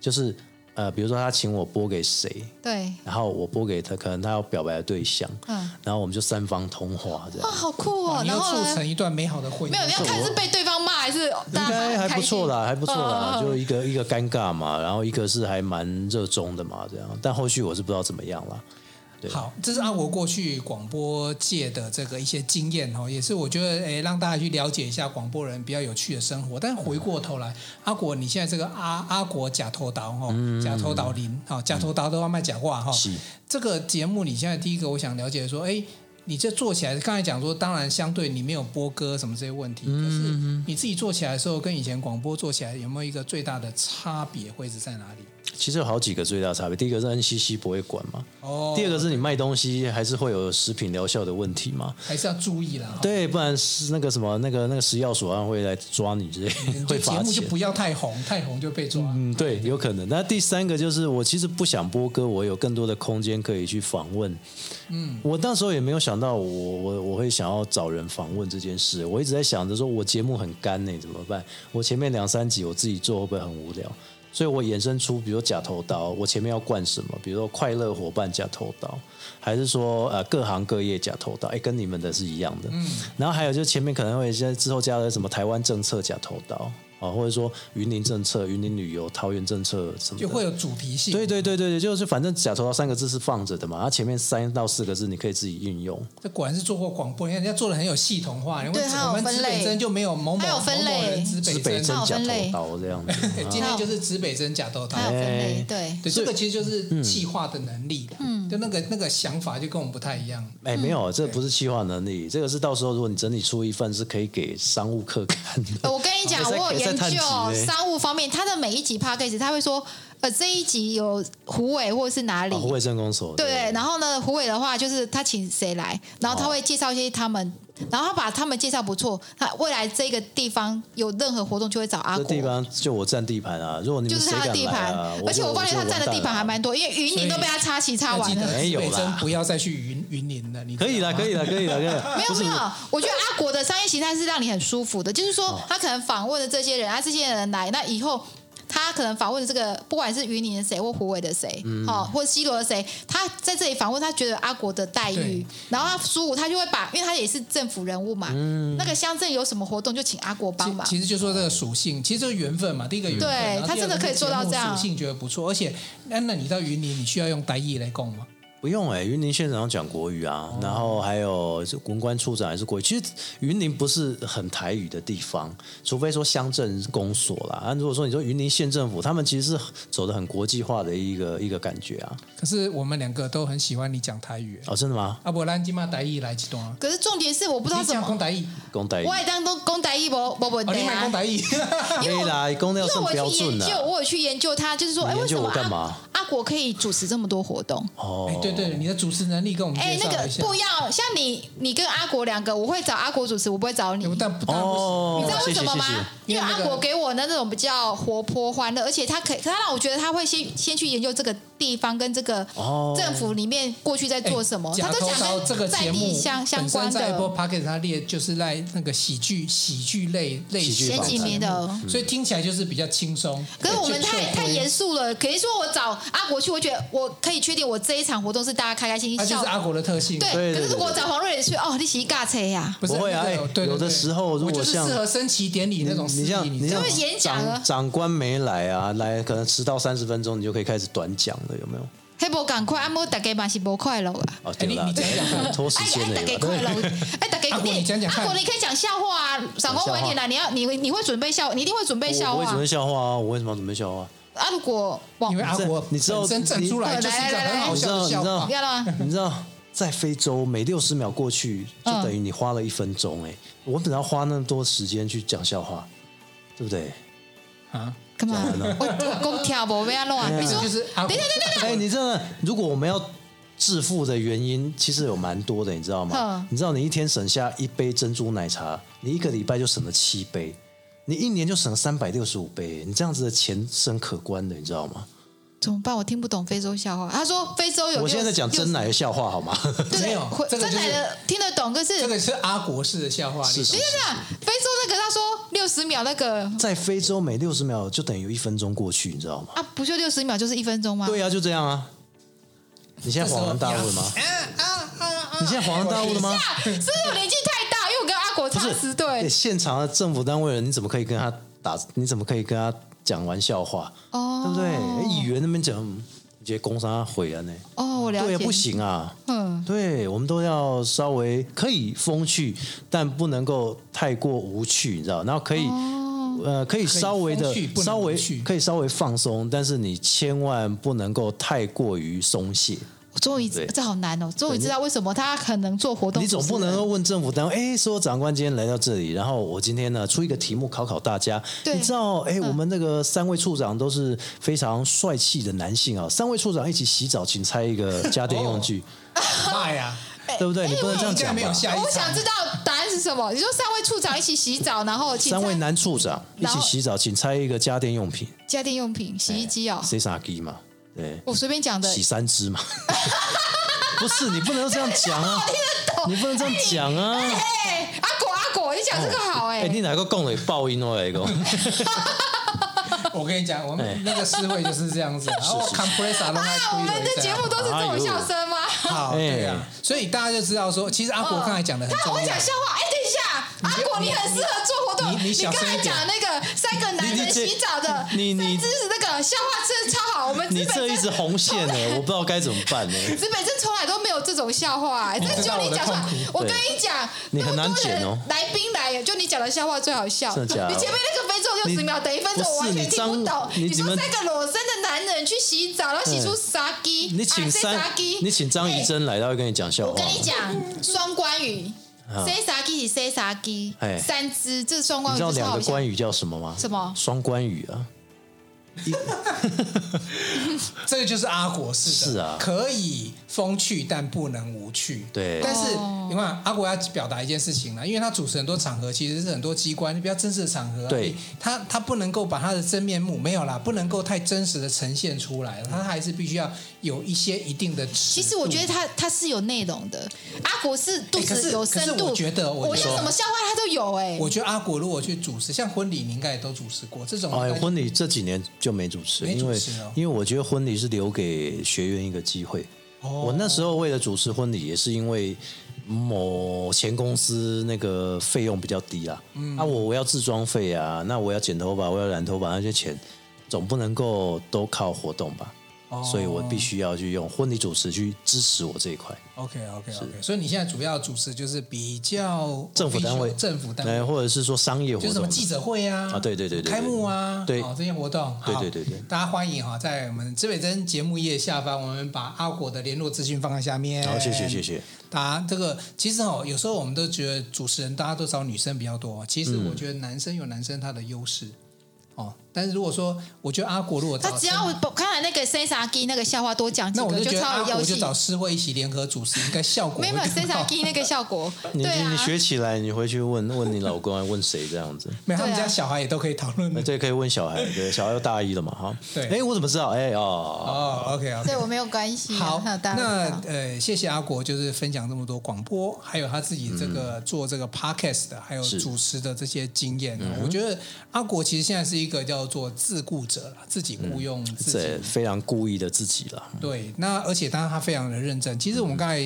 S3: 就是呃，比如说他请我播给谁，
S2: 对，
S3: 然后我播给他，可能他要表白的对象，
S2: 嗯
S3: 然后我们就三方通话这样
S2: 哇，。好酷
S1: 哇
S2: 哦！
S1: 你
S2: 然
S1: 要
S2: 后
S1: 促
S2: 呢？
S1: 成一段美好的婚姻。
S2: 没有，你要看是被对方骂还是
S3: 应
S2: 大家
S3: 该还不错啦，
S2: 很
S3: 还不错啦，
S2: 嗯嗯嗯
S3: 就一个一个尴尬嘛，然后一个是还蛮热衷的嘛，这样。但后续我是不知道怎么样啦。
S2: 哦
S3: 对
S1: 好，这是阿国过去广播界的这个一些经验哦，也是我觉得诶，让大家去了解一下广播人比较有趣的生活。但回过头来，阿国，你现在这个阿阿国假头刀哦，假头刀林哦，假头刀都要卖假话哈。
S3: 嗯是
S1: 这个节目你现在第一个我想了解说，诶，你这做起来，刚才讲说，当然相对你没有播歌什么这些问
S3: 嗯
S1: 题，可是你自己做起来的时候，跟以前广播做起来有没有一个最大的差别，会是在哪里？
S3: 其实有好几个最大差别，第一个是 NCC 不会管嘛，
S1: 哦，
S3: 第二个是你卖东西还是会有食品疗效的问题嘛，
S1: 还是要注意啦。哈，
S3: 对，不然是那个什么那个那个食药所啊会来抓你之类，
S1: 就嗯节
S3: 会罚
S1: 目就
S3: 钱。
S1: 不要太红，太红就被抓。
S3: 嗯，对，有可能。那第三个就是，我其实不想播歌，我有更多的空间可以去访问。嗯，我那时候也没有想到我，我我会想要找人访问这件事。我一直在想着说，我节目很干呢、怎么办？我前面两三集我自己做会不会很无聊？所以我衍生出，比如假头刀，我前面要灌什么？比如说快乐伙伴假头刀，还是说呃各行各业假头刀？哎，跟你们的是一样的。嗯。然后还有就是前面可能会现在之后加了什么台湾政策假头刀啊，或者说云林政策、云林旅游、桃园政策什么的。
S1: 就会有主题性。
S3: 对对对对对，就是反正假头刀三个字是放着的嘛，啊它前面三到四个字你可以自己运用。
S1: 这果然是做过广播，你看人家做的很有系统化。因为
S2: 对它有
S1: 我们
S2: 分
S1: 指
S2: 类
S1: 北针就没有某某
S2: 它有分
S1: 某某
S2: 类
S1: 人指
S3: 指
S1: 北
S3: 北
S1: 针
S3: 针
S2: 它，有
S3: 假
S2: 分类
S3: 头刀这样子。
S1: 对今天就是指北针假豆
S2: 它有
S1: 汤。
S2: 分类
S3: 哎，
S2: 对，
S1: 对，这个其实
S3: 嗯
S1: 就是气化的能力的，嗯，就那个那个想法就跟我们不太一样。
S3: 哎，没有，这不是企划能力，这个是到时候如果你整理出一份是可以给商务客看的。
S2: 呃，我跟你讲，
S3: 啊也在
S2: 我有
S3: 也在
S2: 研
S3: 探
S2: 究
S3: 集欸
S2: 商务方面，它的每一集 p a c k a g e 他会说，呃，这一集有胡伟或是哪里。
S3: 啊，卫生公所
S2: 对，然后呢，胡伟的话就是他请谁来，然后他
S3: 哦
S2: 会介绍一些他们，然后他把他们介绍不错，他未来这个地方有任何活动就会找阿
S3: 这
S2: 国，
S3: 地方就我占地盘啊！如果你
S2: 就
S3: 们
S2: 是
S3: 谁
S2: 他的
S3: 敢
S2: 地
S3: 来
S2: 盘
S3: 啊，，
S2: 而且我发现他占的地盘还蛮多，因为云
S1: 所以
S2: 林都被他插旗插
S1: 要记得
S2: 完了。
S3: 没
S1: 指
S3: 哎有啦
S1: 北针不要再去云云林了，你
S3: 可以啦，可以
S1: 了。
S3: 啦，可以啦，可以啦。
S2: 没有
S3: 不是
S2: 没有，我觉得阿国的商业形态是让你很舒服的，就是
S1: 哦
S2: 说他可能访问的这些人，啊，这些人来，那以后他可能访问的这个，不管是云林的谁，或湖北的谁，
S1: 嗯
S2: 好、或西罗的谁，他在这里访问，他觉得阿国的待遇
S1: 对，
S2: 然后他苏武他就会把，因为他也是政府人物嘛，那个乡镇有什么活动就请阿国帮忙
S1: 嗯其。其实就说这个属性，其实就是缘分嘛。第一个缘分，
S2: 对
S1: 然后
S2: 他
S1: 第二
S2: 真的
S1: 个
S2: 可以
S1: 是
S2: 做到
S1: 节目
S2: 这样
S1: 属性觉得不错，而且那那你到云林，你需要用台语来供吗？
S3: 不用哎、云林县长讲国语啊，
S1: 哦
S3: 然后还有文官处长也是国语。其实云林不是很台语的地方，除非说乡镇公所啦。啊，如果说你说云林县政府，他们其实是走的很国际化的一个一个感觉啊。
S1: 可是我们两个都很喜欢你讲台语。
S3: 哦，真的吗？
S1: 啊，不然今嘛台语来一段啊，
S2: 可是重点是我不知道
S1: 你
S2: 怎
S1: 讲
S2: 么，
S1: 讲台语，
S3: 公台语，
S2: 我也当都公台一博博文
S1: 哦，
S2: 的
S1: 你买
S2: 啊
S1: 讲。台 语。
S3: 可以啦，公的要
S2: 因为
S3: 上
S2: 我
S3: 标
S2: 有去研
S3: 准
S2: 究，
S3: 啊。
S2: 我有去研究他，就是说，哎，为
S3: 你研
S2: 什
S3: 究
S2: 么
S3: 我干嘛
S2: 阿阿国可以主持这么多活动？
S3: 哦
S1: 哎，，对对，你的主持能力跟我们
S2: 哎、
S1: 介
S2: 那
S1: 绍
S2: 个
S1: 一下。
S2: 不要，像你，你跟阿国两个，我会找阿国主持，我不会找你。
S1: 有
S2: 你
S1: 哎但不但不行。
S3: 哦，
S2: 知道为
S3: 谢
S2: 什
S3: 谢
S2: 么
S3: 谢
S2: 吗？
S3: 谢。
S1: 因
S2: 因为
S1: 为那
S2: 阿
S1: 个
S2: 国给我的那种比较活泼欢乐，而且他可以，他让我觉得他会先先去研究这个地方跟这个
S3: 哦
S2: 政府里面过去在做什么，
S1: 假
S2: 他都
S1: 头刀
S2: 想
S1: 哎这个
S2: 跟在
S1: 节
S2: 地
S1: 目
S2: 相相
S1: 本身
S2: 关
S1: 在 Apple
S2: 的。
S1: Pocket 它列就是在那个喜剧喜剧类类
S3: 喜剧
S1: 型
S2: 前几
S3: 访谈
S2: 名的哦，
S1: 所以听起来就是比较轻松。
S2: 可是我们
S1: 就
S2: 太太，严
S1: 就
S2: 肃了，可以说我找阿国去，我觉得我可以确定我这一场活动是大家开开心
S1: 它
S2: 心
S1: 就
S2: 笑
S1: 是。阿国的特性。
S2: 对，
S3: 对
S2: 可是
S3: 对
S2: 如果我
S3: 对
S2: 找黄瑞仁去，哦，你是尬车呀，
S1: 不是
S3: 不会啊
S1: 那个对
S3: 哎
S1: 对对
S3: 有的时候如
S1: 我
S3: 果
S1: 就是
S3: 像
S1: 适合升旗典礼那种司
S3: 你
S1: 仪
S3: 像你
S1: 知道
S3: 像
S1: 吗
S2: 就是演讲啊
S3: 长长官没来啊，来可能迟到三十分钟，你就可以开始短讲了，有没有？
S2: 黑博赶快，阿莫啊大家嘛是不快乐啊。
S3: 哦，
S1: 哎
S3: 对啦
S1: 你，你这样
S3: 拖时间
S2: 哎，
S3: 了
S2: 大家
S3: 有
S2: 快
S3: 没有，
S2: 乐！ 哎，大家
S1: 阿国你啊讲讲看
S2: 阿国你可以讲笑话啊，赏光晚一点啦。你要你你会准备笑，你一定会准备
S3: 我
S2: 笑
S3: 我会
S2: 话
S3: 准备笑话啊，我为什么要准备笑话？
S2: 啊。如果网
S1: 因为阿国
S3: 你知道
S1: 本身站出来就是一个很好笑的笑
S3: 你知道
S1: 话
S3: 你
S2: 不。要了吗，
S3: 你知道，在非洲每六十秒过去，就等于你花了一分钟。哎，
S2: 嗯
S3: 我本来要花那么多时间去讲笑话，对不对？
S2: 嗯
S1: 啊，
S2: 干嘛
S3: 讲完了？
S2: 我 我讲跳舞不要乱，你
S1: 这
S2: 说
S1: 就是阿国
S2: 等一下等一下
S3: 哎，你真的，如果我们要致富的原因，其实有蛮多的，你知道吗
S2: 嗯？
S3: 你知道你一天省下一杯珍珠奶茶，你一个礼拜就省了七杯，你一年就省了三百六十五杯，你这样子的钱是很可观的，你知道吗？
S2: 怎么办？我听不懂非洲笑话。他说非洲有60，
S3: 我现在在讲真奶的笑话，好吗？
S2: 对，
S1: 没有
S2: 会
S1: 这个
S2: 真
S1: 就是
S2: 奶的听得懂，可是
S1: 这个是阿国式的笑话。
S3: 是
S1: 你懂
S3: 是
S1: 吗
S2: 真的非洲那个他说六十秒那个
S3: 在非洲每六十秒就等于有一分钟过去，你知道吗？
S2: 啊，不就六十秒就是一分钟吗？
S3: 对呀、就这样啊。你现在恍然大悟了吗？
S2: 嗯
S3: 你现在恍然大悟了吗？
S2: 啊，是不是我年纪太大？因为我跟阿国差
S3: 不是
S2: 十岁
S3: 欸。现场的政府单位人，你怎么可以跟他打？你怎么可以跟他讲玩笑话？
S2: 哦
S3: 对不对？欸议员那边讲，你觉得工商毁了呢？
S2: 哦，我了
S3: 对
S2: 解，
S3: 啊，不，行啊。
S2: 嗯，
S3: 对，我们都要稍微可以风趣，但不能够太过无趣，你知道？然后可以，呃，可以稍微的
S1: 风趣不能
S3: 稍微
S1: 无趣
S3: 可以稍微放松，但是你千万不能够太过于松懈。
S2: 终于
S3: 对
S2: 这好难哦，终于知道为什么他很能做活动
S3: 你
S2: 主持人。
S3: 总不能够问政府单位，哎，说长官今天来到这里，然后我今天呢出一个题目考考大家。
S2: 对
S3: 你知道，哎，我们那个三位处长都是非常帅气的男性啊，三位处长一起洗澡，请猜一个家电用具，
S1: 妈 呀，
S3: 对不对？你不能这样
S1: 应该
S3: 讲
S1: 没有
S3: 吧？
S1: 下一场
S2: 我想知道答案是什么。你说三位处长一起洗澡，然后请
S3: 三
S2: 猜
S3: 位男处长一
S2: 然
S3: 起
S2: 后
S3: 洗澡，请猜一个家电用品，
S2: 家电用品、洗衣机哦，
S3: 谁傻鸡嘛？对，
S2: 我随便讲的。
S3: 洗三只嘛？不是，你不能这样讲啊！你不能这样讲啊！
S2: 哎，阿果阿果，你讲这个好哎
S3: 哎，，你哪个供的爆音哦？来个，
S1: 我跟你讲，我
S3: 哎
S1: 们那个思维就是这样子，然后
S3: 是是
S1: compressor 都在
S2: 啊，我
S1: 推了
S2: 们的
S1: 一
S2: 节
S1: 下
S2: 目。都是这种笑声吗？
S1: 好，对呀、
S3: 哎
S1: 所以大家就知道说，其实阿国刚才讲的很
S2: 他很
S1: 重
S2: 会
S1: 要
S2: 讲。笑话。哎，等一下，阿果你很适合做活
S1: 你
S2: 动。
S1: 你你小
S2: 刚
S1: 声一点
S2: 才讲那个三个男人洗澡的，
S3: 你你你
S2: 三只是那个笑话真的超好。我们
S3: 你
S2: 资
S3: 这
S2: 本
S3: 一直
S2: 真
S3: 红线呢，我不知道该怎么办呢。
S2: 资本真从来都没有这种笑话，哎，这
S1: 知
S2: 就
S1: 道我
S2: 你
S1: 的
S2: 讲出来
S1: 痛苦。
S2: 我跟
S3: 对
S2: 你讲，
S3: 你很
S2: 那么
S3: 难
S2: 多
S3: 剪
S2: 人
S3: 哦
S2: 来宾来，就你讲的笑话最好笑。
S3: 真的假
S2: 你
S3: 的
S2: 前面那个非洲六
S3: 你
S2: 十秒等一分
S3: 不
S2: 钟，我
S3: 是
S2: 完全
S3: 你
S2: 听不
S3: 张
S2: 懂。
S3: 你
S2: 你
S3: 你
S2: 说
S3: 们
S2: 三个裸身的男人去洗澡，然后洗出傻鸡，
S3: 你
S2: 啊
S3: 请
S2: 谁
S3: 三
S2: 傻鸡，
S3: 你请张怡
S2: 哎
S3: 珍来到跟你讲笑
S2: 我
S3: 话
S2: 跟。你讲，双关语
S3: 哦啊，
S2: 谁傻鸡是谁傻鸡
S3: 哎，
S2: 三只，这双
S3: 你
S2: 关语
S3: 知道
S2: 就是
S3: 两
S2: 好
S3: 个
S2: 笑。
S3: 关羽叫什么吗？
S2: 什么
S3: 双关羽啊！
S1: 这个就是阿国式的，
S3: 是啊
S1: 可以风趣，但不能无趣。
S3: 对
S1: 但是
S2: 哦
S1: 你看阿国要表达一件事情啦，因为他主持很多场合，其实是很多机关，比较真实的场合啊，
S3: 对
S1: 你他他不能够把他的真面目没有啦，不能够太真实的呈现出来，他还是必须要有一些一定的尺度。
S2: 其实我觉得
S3: 嗯
S2: 他他是有内容的，阿国是肚
S1: 哎可是
S2: 子有深
S1: 可是
S2: 度。
S1: 我觉得我
S2: 我要
S1: 说
S2: 什么笑话他都有哎。
S1: 我觉得阿国如果去主持，像婚礼，你应该也都主持过这种
S3: 哎
S1: 应，该
S3: 婚礼这几年就没主持，
S1: 没
S3: 因
S1: 主
S3: 为
S1: 持哦
S3: 因为我觉得婚礼是留给学员一个机会。
S1: 哦
S3: 我那时候为了主持婚礼，也是因为某前公司那个费用比较低啦，
S1: 嗯
S3: 啊，我我要自装费啊，那我要剪头发，我要染头发，那些钱总不能够都靠活动吧，
S1: 哦
S3: 所以我必须要去用婚礼主持去支持我这一块。
S1: OK OK OK，所以你现在主要主持就是比较
S3: 政府单位
S1: official，政府单
S3: 哎，
S1: 位。
S3: 或者是说商业活
S1: 就是什么
S3: 动，
S1: 记者会啊，
S3: 啊对对对对对
S1: 开幕啊，
S3: 对
S1: 哦、这些活动，
S3: 对
S1: 好
S3: 对对对
S1: 大家欢迎哈，在我们知北真节目页下方，我们把阿果的联络资讯放在下面。
S3: 好谢谢谢谢。
S1: 大家这个其实哦，有时候我们都觉得主持人大家都找女生比较多，其实我觉得男生有男生他的优势、哦，但是如果说我觉得阿果如果
S2: 他
S1: 找
S2: 只要我刚才那个 C 傻鸡那个笑话多讲几
S1: 那我
S2: 个
S1: 就觉得
S2: 超
S1: 阿
S2: 有妖
S1: 果就
S2: 气。
S1: 找师会一起联合主持，应该效果
S2: 没有
S1: 会
S2: 没有
S1: 更
S2: C
S1: 好
S2: 傻鸡那个效果，
S3: 你
S2: 对
S3: 你
S2: 啊
S3: 你。学起来，你回去问问你老公啊，问谁 这样子。
S1: 没有，他们
S2: 对啊
S1: 家小孩也都可以讨论
S3: 那
S1: 的。
S3: 这可以问小孩，对，小孩要大一了嘛，哈。
S1: 对
S3: 哎，我怎么知道？哎哦，
S1: 哦，OK OK。
S2: 对我没有关系啊。
S1: 好，
S2: 大家知
S1: 那
S2: 道
S1: 呃，谢谢阿国，就是分享这么多广播，还有他自己这个、做这个 podcast 的，还有
S3: 嗯是嗯
S1: 主持的这些经验。啊我觉得阿国其实现在是一个叫做自雇者了，自己雇佣
S3: 嗯
S1: 自己。
S3: 这非常故意的自己了。
S1: 对，那而且当然他非常的认真。其实我们刚才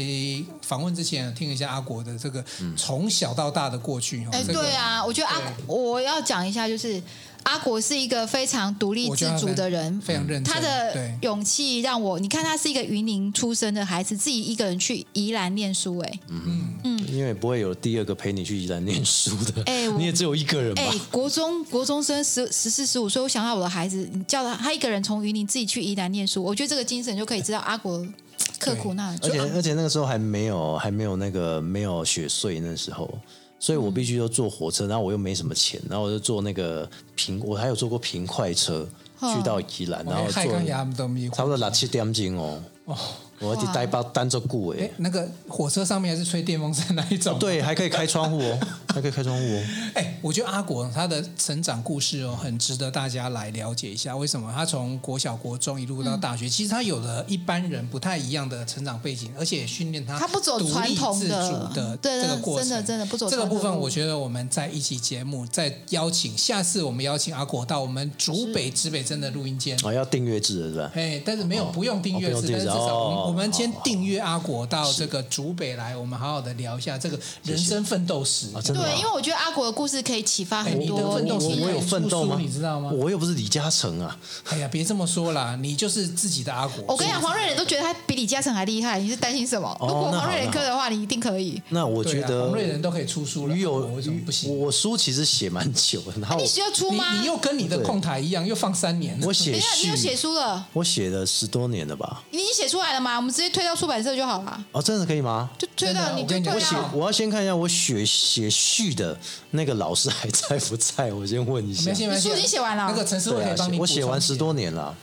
S1: 访问之前听了一下阿国的这个
S3: 嗯
S1: 从小到大的过去，哦
S2: 哎，
S1: 这个
S2: 对啊，我觉得阿我要讲一下，就是阿国是一个非常独立
S1: 我觉得
S2: 自
S1: 他
S2: 主的人，
S1: 非常认真，
S2: 他的
S1: 对
S2: 勇气让我，你看他是一个云林出生的孩子，自己一个人去宜兰念书、哎、
S1: 嗯
S3: 因为不会有第二个陪你去宜兰念书的，
S2: 哎我
S3: 你也只有一个人吧
S2: 哎、？国中国中生十十四十五岁，我想到我的孩子，你叫他他一个人从云林自己去宜兰念书，我觉得这个精神就可以知道阿国刻苦耐
S3: 而
S2: 劳。
S3: 且而且那个时候还没有还没有那个没有雪隧那时候，所以我必须要坐火车，然后我又没什么钱，然后我就坐那个平，我还有坐过平快车
S2: 哦
S3: 去到宜兰，然后
S1: 我
S3: 坐
S1: 害刚牙都没
S3: 差不多六七点钟哦，我一直呆包单做顾
S1: 哎
S3: 哎，，
S1: 那个火车上面还是吹电风扇那一种，
S3: 哦对，还可以开窗户哦， 还可以开窗户哦。
S1: 哎、我觉得阿果他的成长故事哦，很值得大家来了解一下。为什么他从国小、国中一路到大学，其实他有了一般人不太一样的成长背景，而且也训练他
S2: 他不走
S1: 独立
S2: 传统
S1: 自
S2: 的
S1: 主的
S2: 对
S1: 这个过程，
S2: 真的真的不走
S1: 这个
S2: 传
S1: 部
S2: 统
S1: 分，
S2: 路
S1: 我觉得我们在一期节目再邀请，下次我们邀请阿果到我们竹北指北针的录音间。
S3: 哦，要订阅制的是吧？
S1: 哎，但是没有不用订阅
S3: 哦
S1: 制，
S3: 不
S1: 但
S3: 用订阅
S1: 是
S3: 制
S1: 至少我们
S3: 哦
S1: 我们先
S3: 好好
S1: 订阅阿果到这个竹北来，我们好好的聊一下这个人生奋斗史。
S3: 啊，真的吗
S2: 对，因为我觉得阿国的故事可以启发很
S1: 哎你的
S2: 多
S1: 奋斗
S2: 年
S1: 史
S2: 轻
S3: 我我
S2: 人
S3: 有。奋斗吗？
S1: 出书你知道吗
S3: 我又不是李嘉诚啊，
S1: 哎呀，别这么说啦，你就是自己的阿果。啊
S2: 我跟你讲，黄瑞仁都觉得他比李嘉诚还厉害，你是担心什么？
S3: 哦
S2: 如果
S3: 那好
S2: 黄瑞仁
S3: 那
S2: 科的话，你一定可以。
S3: 那我
S1: 对
S3: 觉
S1: 啊
S3: 得
S1: 黄瑞仁都可以出书了，
S3: 鱼
S1: 阿
S3: 有
S1: 果为什么不行？
S3: 我我书其实写蛮久的，然后
S2: 哎你需要出
S1: 你
S2: 吗？
S1: 你又跟你的控台一样，又放三年。
S3: 我
S2: 等
S3: 写
S2: 一下，你有写
S3: 序，
S2: 书了？
S3: 我写了十多年了吧？
S2: 你已经写出来了吗？我们直接推到出版社就好了，
S3: 哦，真的可以吗？
S2: 就推到
S1: 真的啊
S2: 你
S1: 我
S2: 就
S1: 跟你讲
S2: 推
S1: 不
S2: 到
S1: 行。
S3: 我要先看一下我写写序的那个老师还在不在，我先问一
S1: 没
S3: 下
S1: 关。系，没关系
S2: 你书已经写完了
S1: 那个陈思慧
S3: 对
S1: 可以
S3: 啊，
S1: 帮你
S3: 写
S1: 补
S3: 我
S1: 充
S3: 写完十多年了，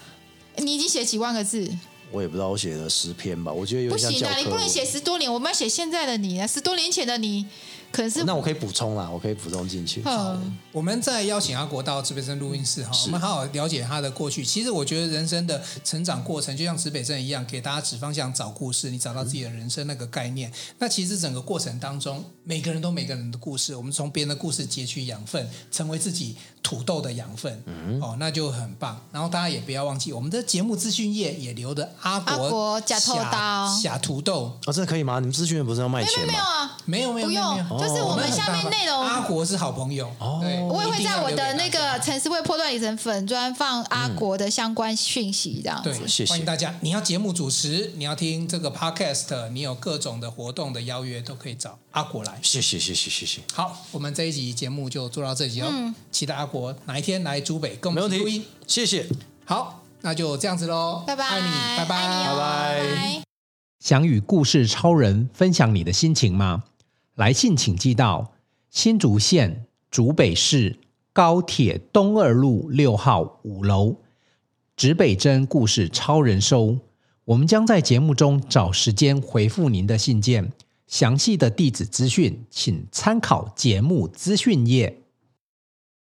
S2: 你已经写几万个字，
S3: 我也不知道我写了十篇吧，我觉得有
S2: 不
S3: 点像
S2: 行啊
S3: 教
S2: 的，你
S3: 科
S2: 不能
S3: 文。
S2: 写十多年，我们要写现在的你啊，十多年前的你，可能是
S3: 那我可以补充啦，我可以补充进去。
S2: 嗯，
S1: 我们在邀请阿国到指北针录音室哈，我们好好了解他的过去。其实我觉得人生的成长过程，就像指北针一样，给大家指方向、找故事，你找到自己的人生那个概念。那其实整个过程当中，每个人都每个人的故事，我们从别人的故事截取养分，哦成为自己土豆的养分，哦，那就很棒。然后大家也不要忘记，我们的节目资讯页也留的阿国
S2: 阿国假头刀
S1: 假假土豆，
S3: 哦，真的可以吗？你们资讯不是要卖
S2: 没
S3: 钱
S2: 有没有
S3: 吗？
S2: 啊，
S1: 没有没有
S2: 不
S1: 没有没
S2: 用
S1: 有。，
S2: 就是我们
S1: 很
S2: 下
S1: 大
S2: 面
S1: 方
S2: 内
S1: 阿
S2: 容。
S1: 国是好朋友
S3: 哦
S1: 对
S2: 我也
S1: 一
S2: 会
S1: 定要
S2: 在我
S1: 留给
S2: 的
S1: 大
S2: 那
S1: 家
S2: 个陈思慧破断旅程粉专放阿国的相关讯息，这样子。
S1: 对，
S3: 谢谢
S1: 欢迎大家。你要节目主持，你要听这个 podcast，你有各种的活动的邀约，都可以找阿国来。
S3: 谢谢谢谢谢谢，
S1: 好，我们这一集节目就做到这集哦。
S2: 嗯
S1: 期待阿国哪一天来竹北跟我
S3: 没
S1: 们
S3: 问
S1: 一起录音
S3: 题。，谢谢。
S1: 好，那就这样子喽，
S2: 拜拜，
S1: 爱你，拜拜，
S2: 爱你哦
S3: 拜拜
S2: 拜。
S4: 想与故事超人分享你的心情吗？来信请寄到新竹县竹北市高铁东二路六号五楼，指北针故事超人收。我们将在节目中找时间回复您的信件，详细的地址资讯请参考节目资讯页。